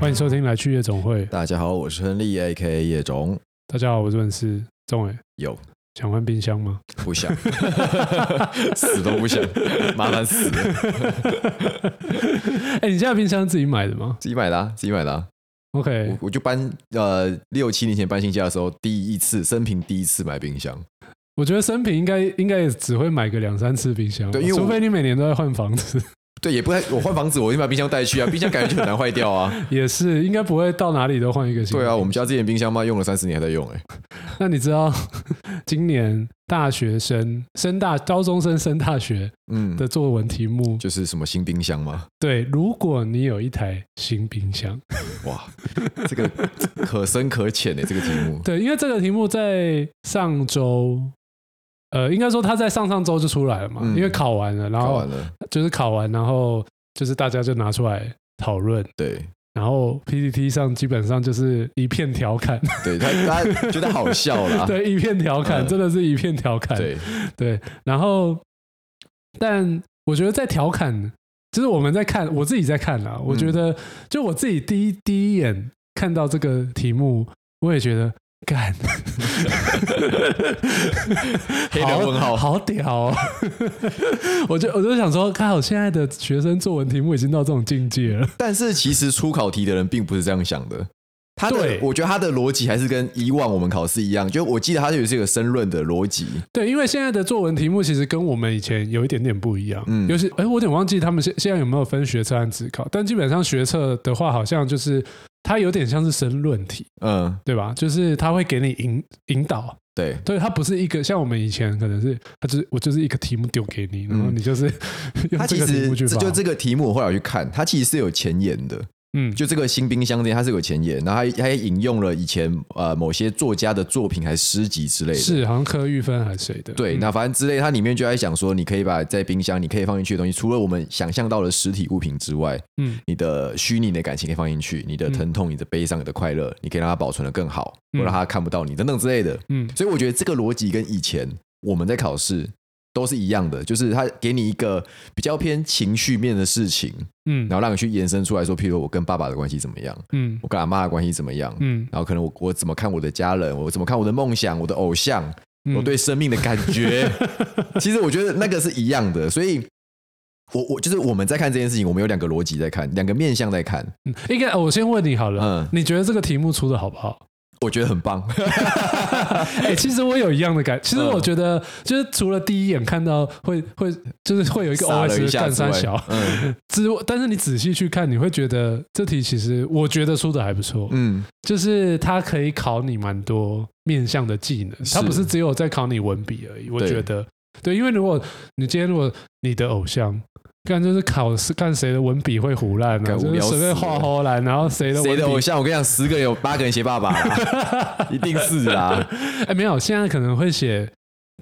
欢迎收听《来去夜总会》，大家好，我是亨利 A.K. 叶总。大家好，我是文思钟伟。有想换冰箱吗？不想， 死都不想，麻烦死了， 哎、你家的冰箱是自己买的吗自己买的、啊，自己买的、啊。 ？OK，我我就搬呃六七年前搬新家的时候，第一次生平第一次买冰箱，我觉得生平应该应该也只会买个两三次冰箱吧，对因为我除非你每年都在换房子， 对，也不太我换房子，我就把冰箱带去啊，冰箱感觉就很难坏掉啊。也是应该不会到哪里都换一个新。对啊，我们家之前冰箱嘛用了三十年还在用、欸，那你知道 今年大学生升大高中生升大学嗯，的作文题目？就是什么新冰箱吗？对，如果你有一台新冰箱，哇，这个可深可浅的、欸、这个题目，对，因为这个题目在上周，呃，应该说它在上上周就出来了嘛，嗯因为考完了，然考后完了，就是考完，然后就是大家就拿出来讨论，对然后 PPT 上基本上就是一片调侃，对，他他觉得好笑啦， 对，一片调侃，啊嗯真的是一片调侃，对对然后，但我觉得在调侃，就是我们在看，我自己在看啦，我嗯觉得就我自己第一第一眼看到这个题目，我也觉得。干，黑人问号好好屌、哦！ 我就我就想说，看好现在的学生作文题目已经到这种境界了。但是其实出考题的人并不是这样想的，他的对我觉得他的逻辑还是跟以往我们考试一样，就我记得他有这个申论的逻辑，对，因为现在的作文题目其实跟我们以前有一点点不一样。嗯，嗯尤其哎，我有点忘记他们现现在有没有分学测和自考，但基本上学测的话，好像就是它有点像是申论题，嗯，对吧？就是它会给你引引导。对，对，它不是一个像我们以前可能是，它就是我就是一个题目丢给你，然后嗯你就是 用他这其个题实目去这发。就这个题目我后来有去看，他其实是有前言的，嗯，就这个新冰箱店它是有前言，然后他还引用了以前呃某些作家的作品还是诗集之类的。是好像柯玉芬还是谁的？对，嗯那反正之类，它里面就在讲说，你可以把在冰箱你可以放进去的东西，除了我们想象到的实体物品之外，嗯你的虚拟的感情可以放进去，你的疼痛、你的悲伤、你的快乐，你可以让它保存的更好，嗯不让它看不到你等等之类的。嗯所以我觉得这个逻辑跟以前我们在考试都是一样的，就是它给你一个比较偏情绪面的事情，嗯然后让你去延伸出来说，譬如我跟爸爸的关系怎么样，嗯我跟阿妈的关系怎么样。嗯，然后可能我我怎么看我的家人，我怎么看我的梦想，我的偶像，嗯我对生命的感 觉，其实我觉得那个是一样的，所以我我就是我们在看这件事情，我们有两个逻辑在看，两个面向在看，嗯应该、哦我先问你好了，嗯，你觉得这个题目出的好不 好？我觉得很棒，哎、其实我有一样的感，其实嗯我觉得就是除了第一眼看到会会就是会有一个 傻了一 OS 下干之外三小 嗯之，但是你仔细去看，你会觉得这题其实我觉得出的还不错，嗯，就是它可以考你蛮多面向的技能，它是不是只有在考你文笔而已。我对觉得对，因为如果你今天如果你的偶像。看就是考试，看谁的文笔会胡烂啊，干就无是聊随便死画了胡烂，然后 谁的谁文的笔偶像？我跟你讲，十个有八个人写爸爸啦， 一定是啦，哎，没有，现在可能会写，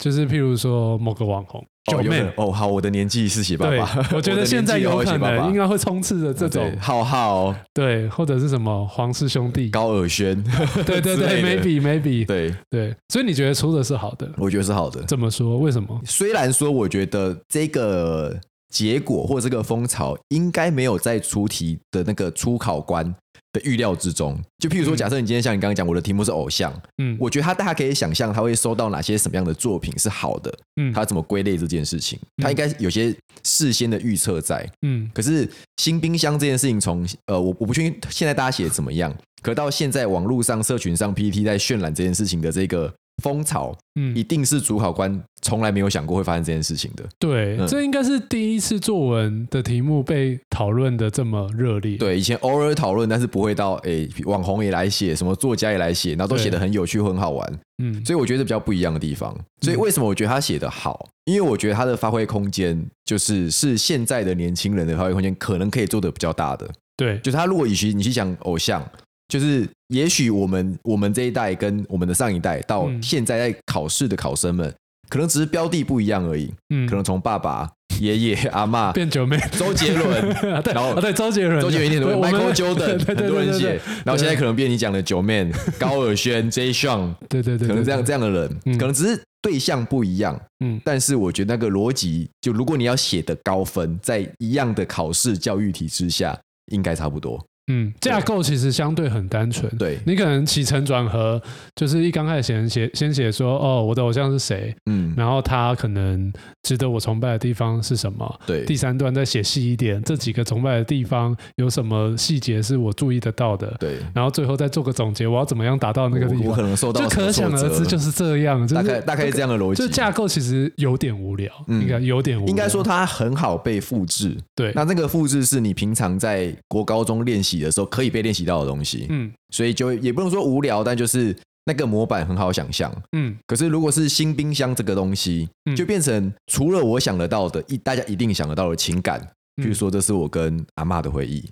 就是譬如说某个网红九哦有可妹能，哦，好，我的年纪是写爸对爸，， 我觉得现在有可能应该该会充斥着 这种浩浩对，或者是什么皇室兄弟，啊高尔轩， 对对对之类的，maybe maybe，对对，所以你觉得出的是好的？我觉得是好的，怎么说？为什么？虽然说我觉得这个结果或这个风潮应该没有在出题的那个出考官的预料之中。就譬如说，嗯假设你今天像你刚刚讲，我的题目是偶像，嗯，我觉得他大家可以想象他会收到哪些什么样的作品是好的，嗯他怎么归类这件事情，嗯他应该有些事先的预测在。嗯可是新冰箱这件事情从，呃，我我不确定现在大家写得怎么样，可到现在网络上、社群上 PPT 在渲染这件事情的这个风潮，一嗯，定是主考官从来没有想过会发生这件事情的。对，嗯这应该是第一次作文的题目被讨论的这么热烈。对，以前偶尔讨论，但是不会到诶、网红也来写，什么作家也来写，然后都对写的很有趣、很好玩。嗯，所以我觉得比较不一样的地方。所以为什么我觉得他写的好？因为我觉得他的发挥空间就是是现在的年轻人的发挥空间，可能可以做的比较大的。对，就是他如果以去你去讲偶像，就是也许我们我们这一代跟我们的上一代到嗯现在在考试的考生们，可能只是标的不一样而已。嗯，可能从爸爸、爷爷、阿嬷。变九妹，周杰伦，啊对，然后啊 对，周杰伦，周杰伦一点都对有我们，Michael Jordan 对对对很多人写，然后现在可能变你讲的九 man、高 尔宣、J. Sean，对对对，可能这样对，这样的人嗯，可能只是对象不一样，嗯但是我觉得那个逻辑，就如果你要写的高分，在一样的考试教育体之下，应该差不多。嗯，架构其实相对很单纯。对，你可能起承转合，就是一刚开始先写先写说哦，我的偶像是谁，嗯，然后他可能值得我崇拜的地方是什么。对第，三段再写细一点，这几个崇拜的地方有什么细节是我注意得到的，对，然后最后再做个总结，我要怎么样达到那个地我我可方，能受到就什么可想挫而折知就是这样，就大是概大概是这样的逻辑就。架构其实有点无聊，嗯应该有点无聊，应该说它很好被复制，对，那这个复制是你平常在国高中练习的时候可以被练习到的东西，嗯所以就也不能说无聊，但就是那个模板很好想象。嗯可是如果是新冰箱这个东西嗯，就变成除了我想得到的，一大家一定想得到的情感，嗯比如说这是我跟阿嬷的回忆，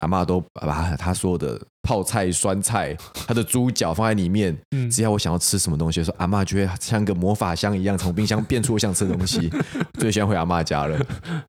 阿嬷都把她说的泡菜、酸菜、她的猪脚放在里面，嗯只要我想要吃什么东西的时候，阿嬷就会像个魔法箱一样从冰箱变出我想吃的 东西。最喜欢回阿嬷家了，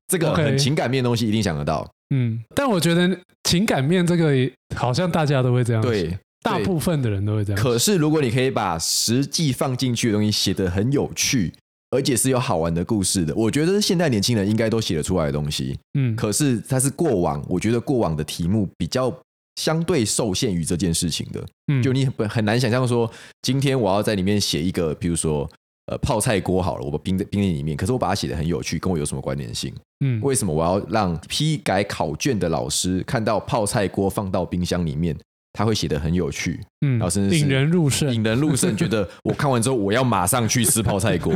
这个 OK 很情感面的东西一定想得到。嗯，但我觉得情感面这个也好像大家都会这样，对，大部分的人都会这样想，可是如果你可以把实际放进去的东西写得很有趣，而且是有好玩的故事的，我觉得是现代年轻人应该都写得出来的东西。嗯，可是它是过往，我觉得过往的题目比较相对受限于这件事情的。嗯就你很很难想象说，今天我要在里面写一个，比如说呃泡菜锅好了，我把冰在冰在里面，可是我把它写得很有趣，跟我有什么关联性？嗯为什么我要让批改考卷的老师看到泡菜锅放到冰箱里面，他会写得很有趣，嗯老师是引人入胜，引人入胜，觉 得我看完之后我要马上去吃泡菜锅。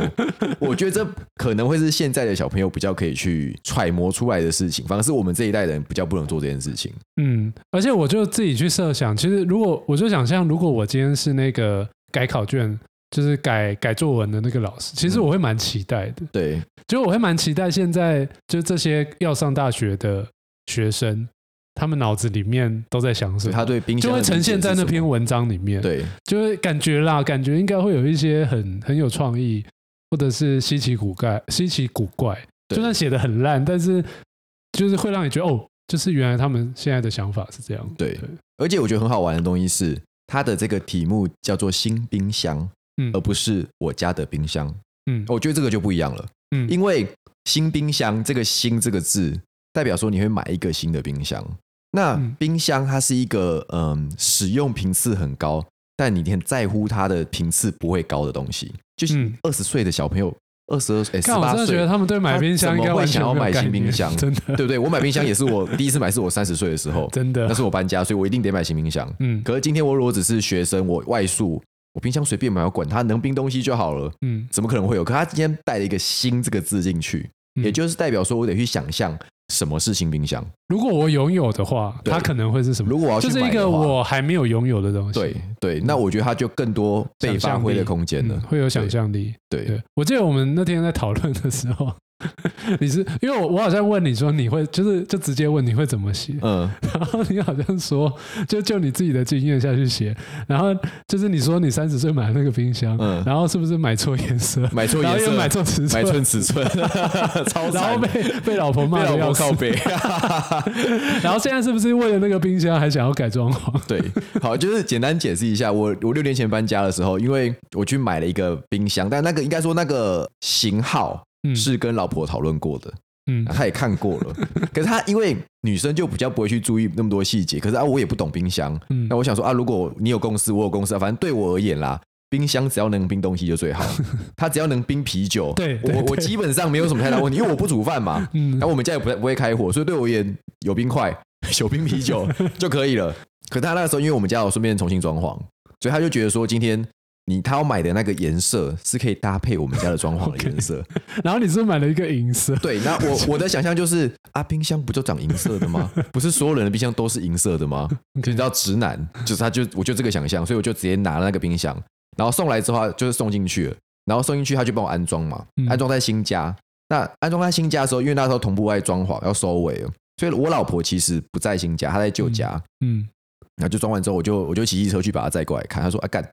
我觉得这可能会是现在的小朋友比较可以去揣摩出来的事情，反而是我们这一代人比较不能做这件事情。嗯，而且我就自己去设想，其实如果我就想象，如果我今天是那个改考卷，就是改改作文的那个老师，其嗯实我会蛮期待的，对，就我会蛮期待现在就这些要上大学的学生，他们脑子里面都在想什所以么，他对冰箱啊就会的理解呈现在那是什篇么文章里面，，对就会感觉啦，感觉应该会有一些很很有创意，或者是稀奇古怪、稀奇古怪，对就算写的很烂，但是就是会让你觉得哦，就是原来他们现在的想法是这样。对对，而且我觉得很好玩的东西是，它的这个题目叫做新冰箱，嗯而不是我家的冰箱。嗯我觉得这个就不一样了，嗯因为新冰箱这个“新”这个字，代表说你会买一个新的冰箱。那嗯冰箱它是一个嗯使用频次很高，但你很在乎它的频次不会高的东西。就是嗯二十岁的小朋友，二十二哎岁、十看我八真的觉得岁，他们对买冰箱应该完全没有他怎么会想要买新概念冰 箱真的对不对？我买冰箱也是我第一次买，是我三十岁的时候，真那的，是我搬家，所以我一定得买新冰箱。嗯可是今天我如果只是学生，我外宿，我冰箱随便买，我管它能冰东西就好了，嗯怎么可能会有？可他今天带了一个“新”这个字进去，嗯也就是代表说我得去想象什么是新冰箱。如果我拥有的话，对它可能会是什么？如果哦我要去就是一买个的话我还没有拥有的东西，对对，那我觉得它就更多被想象发挥的力空间嗯了。会有想象力。对对，我记得我们那天在讨论的时候， 你是因为我我好像问你说你会就是就直接问你会怎么写，嗯， 然后你好像说就就你自己的经验下去写，然后就是你说你三十岁买那个冰箱，嗯然后是不是买错颜色，买错然颜后又色，买错尺寸， 买寸尺寸，超 然后 惨。被被老婆被骂老的婆要死靠背， 然后现在是不是为了那个冰箱还想要改装潢？对，好，就是简单解释一下，我我六年前搬家的时候，因为我去买了一个冰箱，但那个应该说那个型号嗯，是跟老婆讨论过的，嗯啊她也看过了， 可是她因为女生就比较不会去注意那么多细节，可是啊，我也不懂冰箱，嗯那我想说啊，如果你有公司，我有公司，啊反正对我而言啦。冰箱只要能冰东西就 最好，它只要能冰啤酒，对对我我对基本上没有什么太大问题，因为我不煮饭 嘛，嗯然后我们家也不太不会开火，所以对我而言有冰块、有冰啤 酒就可以了。可他那时候，因为我们家有顺便重新装潢，所以他就觉得说，今天你他要买的那个颜色是可以搭配我们家的装潢的颜色。然后你是不是买了一个银色，对，那我我的想象就是啊，冰箱不就长银色 的吗？不是所有人的冰箱都是银色的吗？就你知道直男，就是他就我就这个想象，所以我就直接拿了那个冰箱，然后送来之后他就是送进去了，然后送进去他就帮我安装嘛嗯，安装在新家。那安装在新家的时候，因为那时候同步外装潢要收尾了，所以我老婆其实不在新家，她在旧家。嗯然后就装完之后，我就我就骑机车去把它载过来看。他说啊干，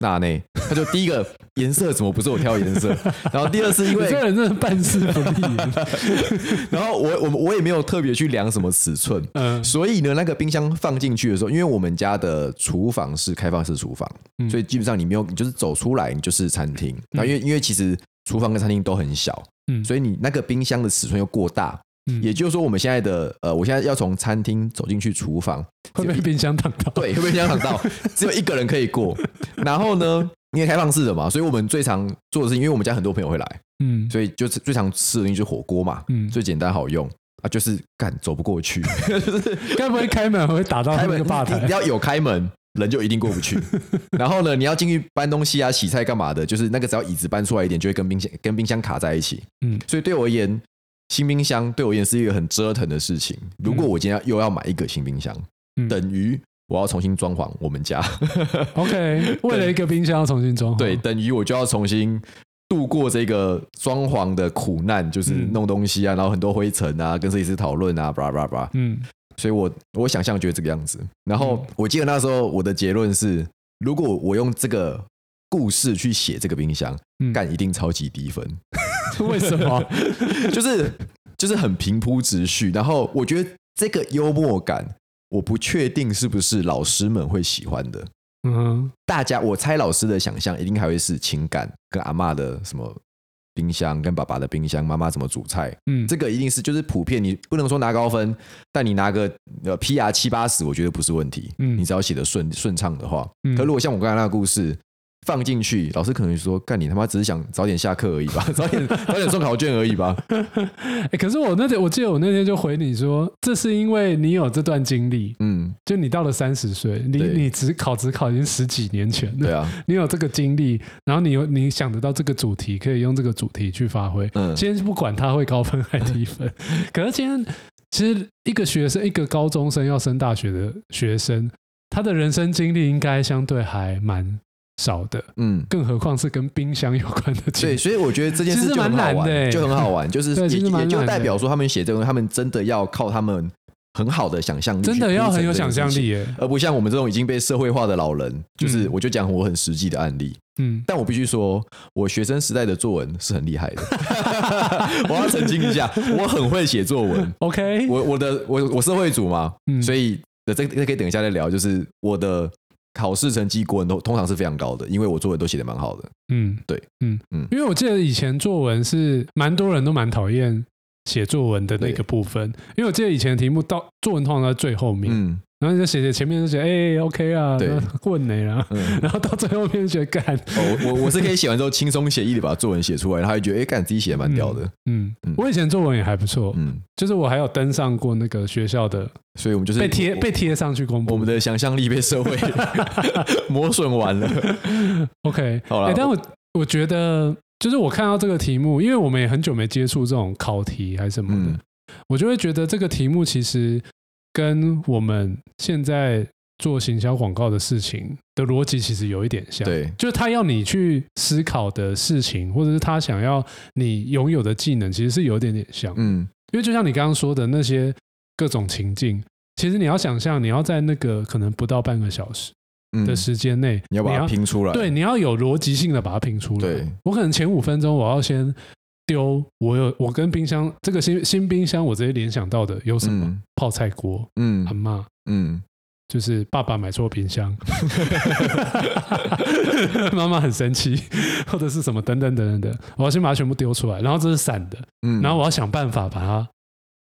那呢？他就第一个颜色怎么不是我挑的颜色？然后第二是因你为这个人真的办事不力。 然后我我我也没有特别去量什么尺寸，嗯所以呢，那个冰箱放进去的时候，因为我们家的厨房是开放式厨房，嗯所以基本上你没有，你就是走出来，你就是餐厅。然后因为因为其实厨房跟餐厅都很小，嗯所以你那个冰箱的尺寸又过大，嗯也就是说，我们现在的呃，我现在要从餐厅走进去厨房，会被冰箱烫到。对，会不会影响到？ 只有一个人可以过。然后呢，因为开放式的嘛，所以我们最常做的事情，因为我们家很多朋友会来，嗯所以就是最常吃的东西就是火锅嘛，嗯，最简单好用啊，就是干走不 过去，该不会开门还会打到开啊那门个吧你台 你？要有开门。人就一定过 不去，然后呢，你要进去搬东西啊、洗菜干嘛的，就是那个只要椅子搬出来一点，就会跟冰箱跟冰箱卡在一起。嗯所以对我而言，新冰箱对我而言是一个很折腾的事情。如果我今天又要买一个新冰箱，嗯等于我要重新装潢我们家，哦，OK，为了一个冰箱要重新装潢，对，等于我就要重新度过这个装潢的苦难，就是嗯弄东西啊，然后很多灰尘啊，跟设计师讨论啊，巴拉巴拉巴拉。嗯所以我我想象觉得这个样子。然后我记得那时候我的结论是，如果我用这个故事去写这个冰箱，嗯，干一定超级低分，为什么？ 就是就是很平铺直叙。然后我觉得这个幽默感，我不确定是不是老师们会喜欢的。嗯大家，我猜老师的想象一定还会是情感，跟阿嬷的什么冰箱，跟爸爸的冰箱，妈妈怎么煮菜，嗯，这个一定是就是普遍，你不能说拿高分，但你拿个呃 PR 七八十，我觉得不是问题。嗯你只要写的顺顺畅的话，嗯可如果像我刚才那个故事放进去，老师可能说：“干你他妈只是想早点下课而已 吧，早点早点送考卷而已吧。欸可是我那天，我记得我那天就回你说，这是因为你有这段经历，”嗯，就你到了三十岁，你对你只考只考已经十几年前对了，啊，你有这个经历，然后你有你想得到这个主题，可以用这个主题去发挥。嗯今天不管他会高分还低分， 可是今天其实一个学生，一个高中生要升大学的学生，他的人生经历应该相对还蛮少的，嗯，更何况是跟冰箱有关的经对，历。所以我觉得这件其事实就很好蛮难玩，的欸就很好玩，就是对也其实蛮也难的就代表说他们写这个东西，他们真的要靠他们很好的想象力去铺真陈这件的要事情，很有想象力嗯耶，而不像我们这种已经被社会化的老人，就是我就讲我很实际的案例。嗯，但我必须说，我学生时代的作文是很厉害的， 我要澄清一下，我很会写作文。 OK， 我我的我我社会组嘛，嗯所以呃这个这个可以等一下再聊。就是我的考试成绩国文都通常是非常高的，因为我作文都写的蛮好的。嗯，对，嗯嗯嗯，因为我记得以前作文是蛮多人都蛮讨厌写作文的那个部分，因为我记得以前的题目到作文通常都在最后面，嗯然后你就写写前面就写哎、OK 啊，对那问你啦，嗯，然后到最后面就觉得干，哦我我我是可以写完之后轻松写意的把作文写出来，然后还觉得哎，干、自己写的蛮屌的。嗯嗯，我以前作文也还不错，嗯，就是我还有登上过那个学校的所以我们就是被贴我被贴上去公我布们的想象力被 社会磨损完了。 ，OK，好啦哎但我我觉得就是我看到这个题目，因为我们也很久没接触这种考题还是什么的，嗯我就会觉得这个题目其实跟我们现在做行销广告的事情的逻辑其实有一点像，，对，就是他要你去思考的事情，或者是他想要你拥有的技能，其实是有一点点像，嗯因为就像你刚刚说的那些各种情境。其实你要想象，你要在那个可能不到半个小时嗯，的时间内，你要把它拼出来。嗯对，你要有逻辑性的把它拼出来。对我可能前五分钟我要先丢我有我跟冰箱这个新新冰箱，我直接联想到的有什么？啊嗯泡菜锅、阿嗯妈，嗯，就是爸爸买错冰 箱，妈妈很生气，或者是什么等等等等的，我要先把它全部丢出来，然后这是散的，嗯然后我要想办法把它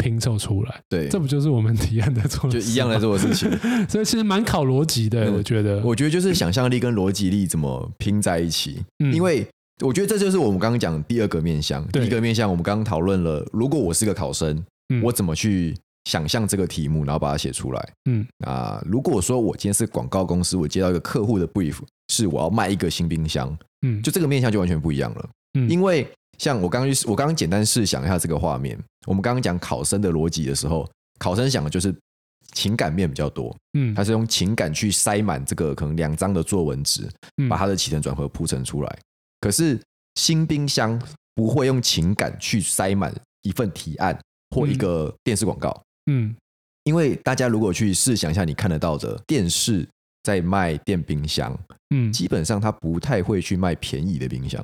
拼凑出来，对，这不就是我们提案在做的就事一样在吗，做的事情。所以其实蛮考逻辑的，嗯我觉得，我觉得就是想象力跟逻辑力怎么拼在一起，嗯因为我觉得这就是我们刚刚讲的第二个面向。第对一个面向我们刚刚讨论了，如果我是个考生，嗯我怎么去想象这个题目，然后把它写出来。嗯啊，如果说我今天是广告公司，我接到一个客户的 brief，是我要卖一个新冰箱，嗯就这个面向就完全不一样了。嗯因为像我刚刚去我刚刚简单试想一下这个画面，我们刚刚讲考生的逻辑的时候，考生想的就是情感面比较多，嗯他是用情感去塞满这个可能两张的作文纸，嗯把它的起承转合铺陈出来。可是新冰箱不会用情感去塞满一份提案或一个电视广告，嗯因为大家如果去试想一下，你看得到的电视在卖电冰箱，嗯基本上它不太会去卖便宜的冰箱。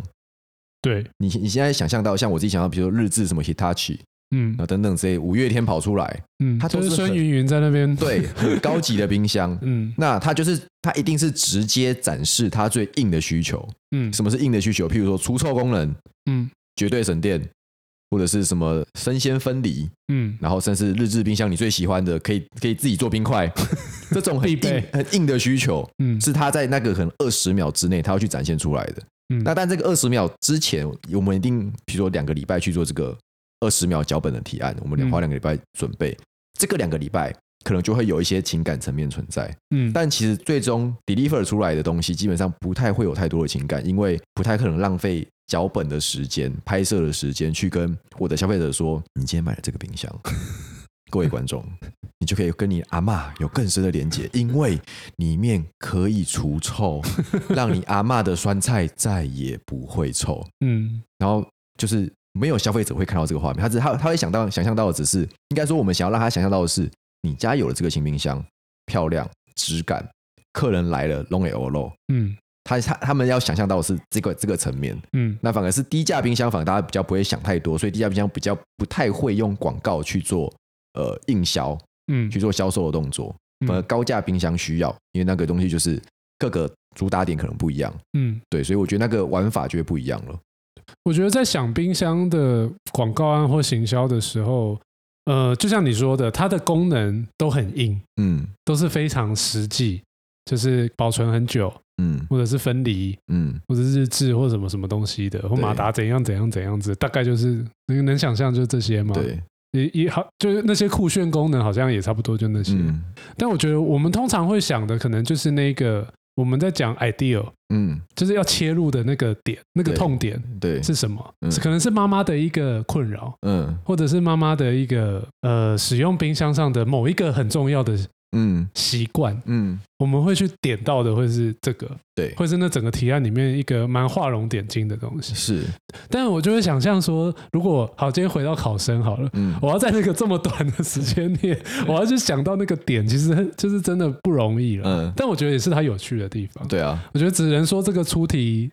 对你你现在想象到，像我自己想到，比如说日志什么 Hitachi 嗯啊等等这些，五月天跑出来，嗯，他都就是是孙很云云在那边，对，很高级的冰箱。 嗯那它就是它一定是直接展示它最硬的需求。嗯什么是硬的需求？譬如说除臭功能、嗯绝对省电、或者是什么生鲜分离，嗯，然后甚至日制冰箱你最喜欢的，可以可以自己做 冰块，这种很必备硬很硬的需求，嗯是他在那个可能二十秒之内他要去展现出来的。嗯那但这个二十秒之前，我们一定比如说两个礼拜去做这个二十秒脚本的提案，我们嗯两花两个礼拜准备，这个两个礼拜可能就会有一些情感层面存在。嗯，但其实最终 deliver 出来的东西，基本上不太会有太多的情感，因为不太可能浪费脚本的时间、拍摄的时间去跟我的消费者说，你今天买了这个冰箱。 各位观众，你就可以跟你阿嬷有更深的连接，因为里面可以除臭，让你阿嬷的酸菜再也不会臭。嗯然后就是没有消费者会看到这个画面，他只他他会想到想象到的只是，应该说我们想要让他想象到的是，你家有了这个新冰箱，漂亮、质感，客人来了 long l o 嗯他他他们要想象到的是这个这个层面，嗯那反而是低价冰箱，反而大家比较不会想太多，所以低价冰箱比较不太会用广告去做呃硬销嗯去做销售的动作，嗯反而高价冰箱需要，因为那个东西就是各个主打点可能不一样，嗯，对，所以我觉得那个玩法就会不一样了。我觉得在想冰箱的广告案或行销的时候，呃，就像你说的，它的功能都很硬，嗯都是非常实际，就是保存很久，嗯或者是分离，嗯，或者是日志或什么什么东西的，或对马达怎样怎样怎样子，大概就是能能想象就这些嘛。，对，也也好，就是那些酷炫功能好像也差不多就那些。嗯但我觉得我们通常会想的，可能就是那个我们在讲 ideal，嗯，就是要切入的那个点，那个对痛点对，是什么？嗯是可能是妈妈的一个困扰，嗯或者是妈妈的一个呃使用冰箱上的某一个很重要的嗯习惯，嗯，我们会去点到的会是这个，对，会是那整个提案里面一个蛮画龙点睛的东西。是，但我就会想象说，如果好，今天回到考生好了。嗯，我要在那个这么短的时间内，我要去想到那个点，其实就是真的不容易了。嗯，但我觉得也是他有趣的地方。对啊，我觉得只能说这个出题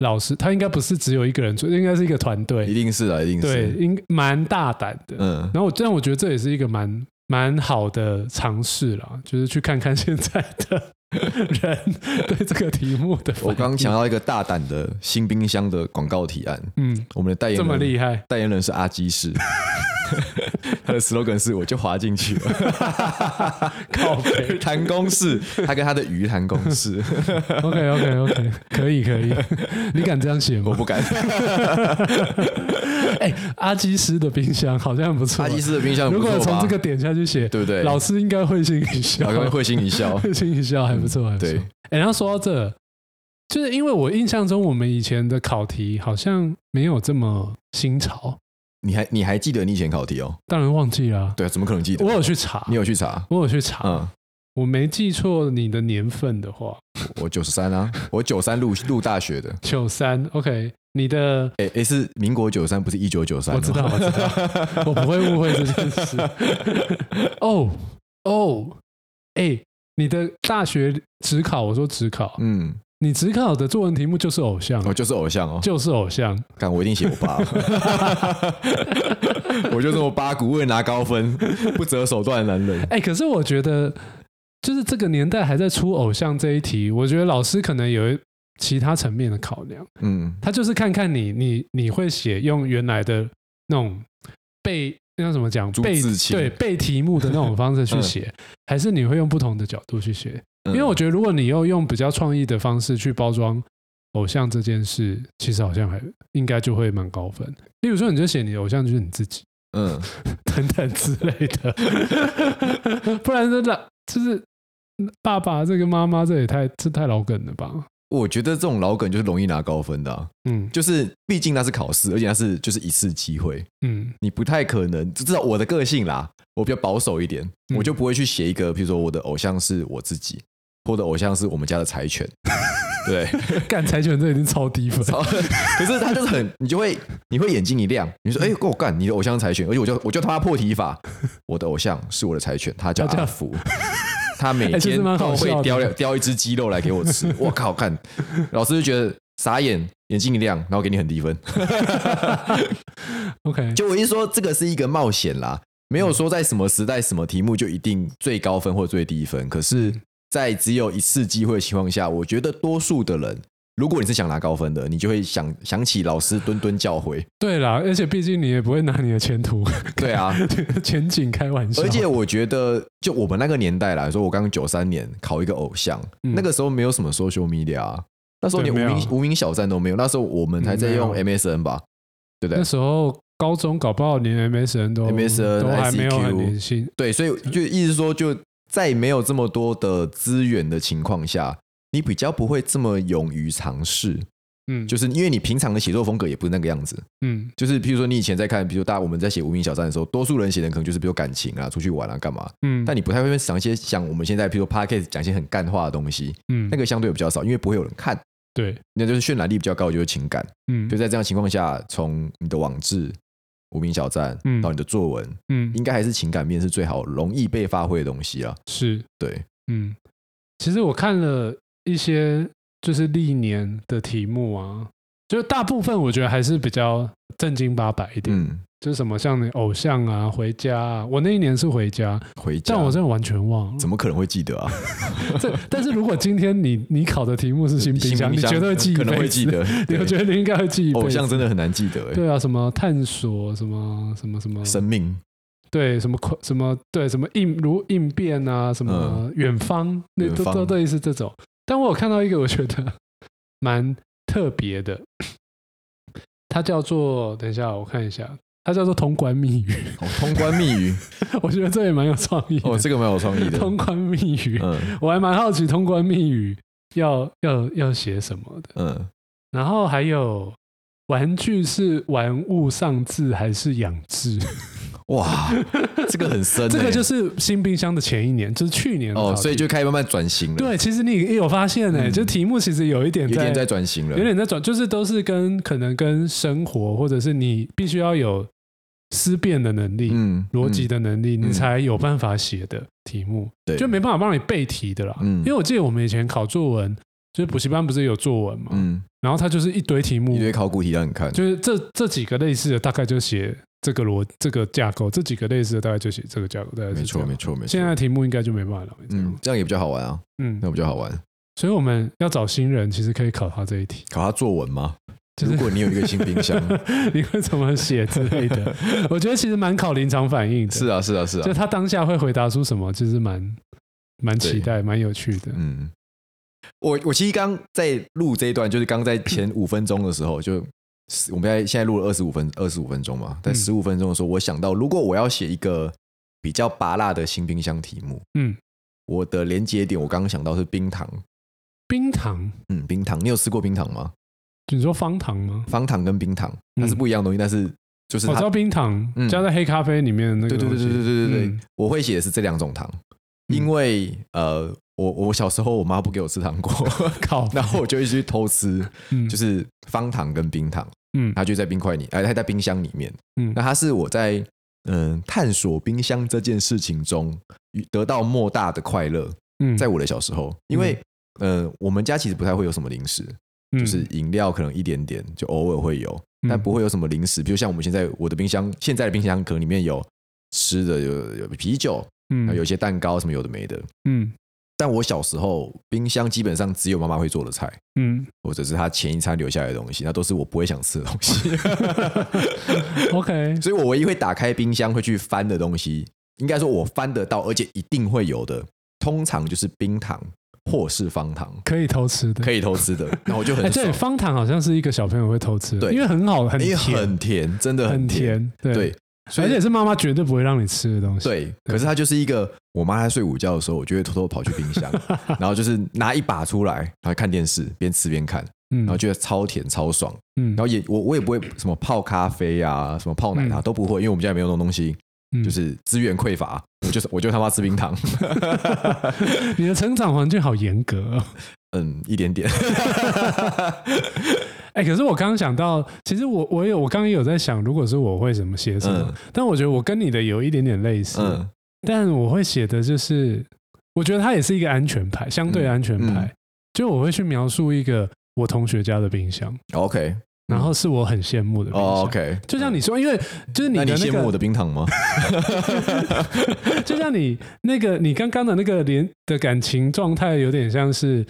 老师他应该不是只有一个人出，应该是一个团一队，定是啊，一定对，是，应蛮大胆的。嗯，然后我但我觉得这也是一个蛮蛮好的尝试啦，就是去看看现在的人对这个题目的反应。我刚刚想到一个大胆的新冰箱的广告提案，嗯，我们的代言这么人厉害，代言人是阿 基士，他的 slogan 是我就滑进去 了，靠北谈公事，他跟他的鱼谈公 事， OK OK OK，可以 可以，你敢这样写我 吗？不敢。啊哎、阿基师的冰箱好像很不错。阿基斯的冰箱很如不错果吧从这个点下去写，对不对？老师应该会心一笑老，刚会心一笑，会心一笑，还不错，还不错。对，哎、然后说到这，就是因为我印象中我们以前的考题好像没有这么新潮，你还你还记得你以前考题哦？当然忘记了啊、对啊，怎么可能记得？我有去查，你有去查？我有去查，嗯，我没记错你的年份的话，我九十三啊， 我九三入入大学的，九三，OK，你的诶诶，是民国九三，不是一九九三。哦我知道，我知道，我不会误会这件事。哦哦，哎，你的大学职考，我说职考， 嗯，你职考的作文题目就是偶像，我就是偶像哦，就是偶 像。干我一定写我爸，哦 我就这么八股，为了拿高分，不择手段的男人。哎，可是我觉得，就是这个年代还在出偶像这一题，我觉得老师可能有一其他层面的考量，嗯他就是看看你，你你会写用原来的那种背。那叫怎么讲？朱背自清对背题目的那种方式去嗯写，还是你会用不同的角度去写？嗯，因为我觉得，如果你要用比较创意的方式去包装偶像这件事，其实好像还应该就会蛮高分。例如说，你就写你的偶像就是你自己 嗯，等等之类 的，不然真的就是爸爸这个妈妈这也太这太老梗了吧？我觉得这种老梗就是容易拿高分的啊、嗯就是毕竟那是考试，而且那是就是一次机会，嗯你不太可能。至少我的个性啦，我比较保守一点，嗯我就不会去写一个，比如说我的偶像是我自己，或者偶像是我们家的柴犬，对。嗯干柴犬这已经超低分， 超可是他就是很，你就会你会眼睛一亮，嗯你说哎，跟我干，你的偶像是柴犬，而且我就我就他妈破题法，我的偶像是我的柴犬，他叫他叫阿福，他每哎其实天蛮好都笑的会叼叼一只鸡肉来给我吃，我靠，看老师就觉得傻眼，眼睛一亮，然后给你很低分。 OK，就我一说这个是一个冒险啦，没有说在什么时代什么题目就一定最高分或最低分，可是，在只有一次机会的情况下，我觉得多数的人如果你是想拿高分的，你就会想想起老师敦敦教诲。 对啦，而且毕竟你也不会拿你的前途、 对啊，前景开玩笑，而且我觉得，就我们那个年代来说，我刚九三年考一个偶像，嗯那个时候没有什么 social media，、啊、那时候连无对没有名无名小站都没有，那时候我们还在用嗯没 MSN 吧，对不那对？时候高中搞不好连 MSN 都 MSN 都还没有 ICQ 很年轻，对，所以就意思说，就在没有这么多的资源的情况下，你比较不会这么勇于尝试，嗯，就是因为你平常的写作风格也不是那个样子。嗯就是譬如说，你以前在看，比如大家我们在写无名小站的时候，多数人写的可能就是比如感情啊、出去玩啊、干嘛，嗯，但你不太会想一些像我们现在，譬如 podcast 讲一些很干话的东西，嗯那个相对比较少，因为不会有人看，对，那就是渲染力比较高，就是情感。嗯就在这样的情况下，从你的网志、无名小站嗯到你的作文，嗯应该还是情感面是最好容易被发挥的东西啊。是对，嗯，其实我看了一些就是历年的题目啊，就是大部分我觉得还是比较正经八百一点，嗯，就是什么像你偶像啊、回家啊，我那一年是回家，回家但我真的完全忘了。啊怎么可能会记得啊？这但是如果今天你你考的题目是新冰箱，你绝对会记一辈可子，能会记得。 你对我觉得你应该会记一辈子。偶像真的很难记得、欸，对啊，什么探索，什么什么什么，生命对，什么快什么对，什么应如应变啊，什么远方，那、嗯远都都方类似这种。但我有看到一个，我觉得蛮特别的， 它叫做等一下我看一下，它叫做通关密语， 哦通关密语我觉得这也蛮有创意的。 哦，这个蛮有创意的。通关密语，嗯我还蛮好奇通关密语要要要写什么的。嗯，然后还有玩具是玩物丧志还是养志？哇，这个很深、欸，这个就是新冰箱的前一年，就是去年的考哦，题所以就开始慢慢转型了，，对，其实你也有发现呢、嗯就题目其实有一点有点在转型了，有点在转，就是都是跟可能跟生活或者是你必须要有思辨的能力、嗯逻辑，的能力，嗯你才有办法写的题目，对就没办法帮你背题的啦。嗯因为我记得我们以前考作文，就是补习班不是有作文嘛，嗯，然后它就是一堆题目一，堆考古题让你看，就是这这几个类似的大概就写这个逻这个架构，这几个类似的大概就写这个架构，大概是没这错样没。错没错，现在的题目应该就没办法了，这样嗯，这样也比较好玩啊，嗯那，比较好玩，所以我们要找新人，其实可以考他这一题，考他作文吗？就是如果你有一个新冰箱， 你会怎么写之类的。 我觉得其实蛮考临场反应的，是啊是啊是就啊，他当下会回答出什么，就是蛮蛮期待、蛮有趣的。嗯。我我其实刚在录这一段，就是刚在前五分钟的时候，就我们在现在录了二十五分二十五分钟嘛，在嗯十五分钟的时候，我想到如果我要写一个比较拔辣的新冰箱题目，嗯，我的连接点我刚刚想到是冰糖，冰糖，嗯，冰糖，你有吃过冰糖吗？你说方糖吗？方糖跟冰糖它是不一样的东西，但是就是嗯我知它道，冰糖嗯加在黑咖啡里面的那对个对东对西，对对对对对嗯，我会写的是这两种糖，嗯因为呃，我我小时候我妈不给我吃糖果， 靠，然后我就一直去偷吃，嗯就是方糖跟冰糖，嗯它就在冰块里，哎、它在冰箱里面，嗯那它是我在嗯探索冰箱这件事情中得到莫大的快乐，嗯在我的小时候，因为。呃，我们家其实不太会有什么零食，嗯就是饮料可能一点点，就偶尔会有，但不会会有什么零食。比如像我们现在我的冰箱，现在的冰箱可能里面有吃的，有有啤酒，嗯有一些蛋糕什么有的没的。嗯但我小时候冰箱基本上只有妈妈会做的菜，嗯或者是她前一餐留下来的东西，那都是我不会想吃的东西。 OK 所以我唯一会打开冰箱会去翻的东西，应该说我翻得到，而且一定会有的，通常就是冰糖或是方糖。可以偷吃的，可以偷吃 的，那我就哎，很对，爽，方糖好像是一个小朋友会偷吃的，对因为很好，很因为甜，很甜，真的很很甜。甜，对对，所而以且是妈妈绝对不会让你吃的东西。对，可是它就是一个，我妈在睡午觉的时候，我就会偷偷跑去冰 箱，然后就是拿一把出来，然后看电视，边吃边看，嗯，然后觉得超甜超爽，嗯，然后也我我也不会什么泡咖啡啊，什么泡奶茶、嗯都不会，因为我们家也没有那种东西，嗯就是资源匮乏，我就是我就他妈吃冰糖，你的成长环境好严格、哦。 嗯，一点点，哎、可是我刚刚想到，其实我我有我刚刚也有在想，如果是我会怎么写什么，嗯但我觉得我跟你的有一点点类似， 嗯但我会写的就是，我觉得它也是一个安全牌，相对安全牌，嗯就我会去描述一个我同学家的冰箱，哦，OK，然后是我很羡慕的冰箱。哦，OK，就像你说，因为就是你那的你那羡个慕我的冰糖吗？就像你那个，你刚刚的那个连的感情状态，有点像是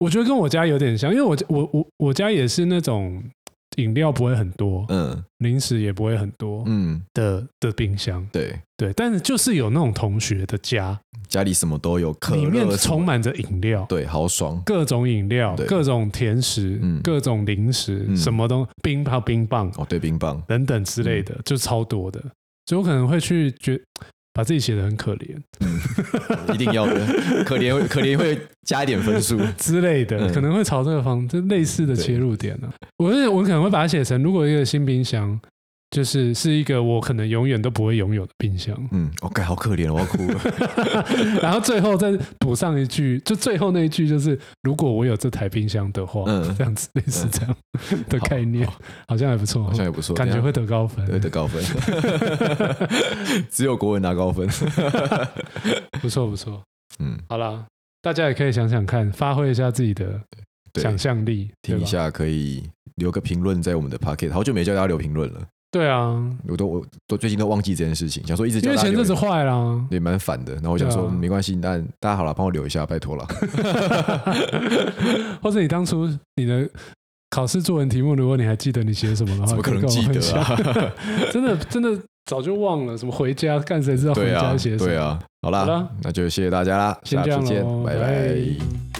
我觉得跟我家有点像，因为我我我我家也是那种饮料不会很多，嗯零食也不会很多嗯，的的冰箱。对，对，但是就是有那种同学的家，家里什么都有，可乐里面什么充满着饮料，对，豪爽，各种饮料、对各种甜食、嗯各种零食，嗯什么东冰泡、冰棒哦，对，冰棒，等等之类嗯的，就超多的。所以我可能会去觉把自己写的很可怜一 定要的，可怜可怜会加一点分数，之类的，嗯可能会朝这个方就类似的对切入点呢、啊。我是我可能会把它写成，如果一个新冰箱。就是是一个我可能永远都不会拥有的冰 箱，嗯，我、哦、盖好可怜哦，我要哭了，然后最后再补上一句，就最后那一句就是，如果我有这台冰箱的话，嗯这样子类似这样 的好概念，好好像还不错，好像也不错，感觉等一会得高分下。对 得高分， 只有国文拿高分，不错不错。嗯，好啦，大家也可以想想看，发挥一下自己的对，想象力，听一对吧。下可以留个评论在我们的 Pocket，好久没叫大家留评论了，对啊，我都我都最近都忘记这件事情，想说一直因叫为大家前阵留子言。坏啦。也蛮烦的，然后我想说、对啊嗯没关系，那大家好了，帮我留一下，拜托了。 或者你当初你的考试作文题目，如果你还记得你写什么的话，怎么可能记以哦得跟我分享？ 啊？真的真的早就忘了，什么回家干谁知道回 对啊家写，什么？对啊，好啦，好啦那就谢谢大家啦，先下这样次见喽，，拜拜拜。拜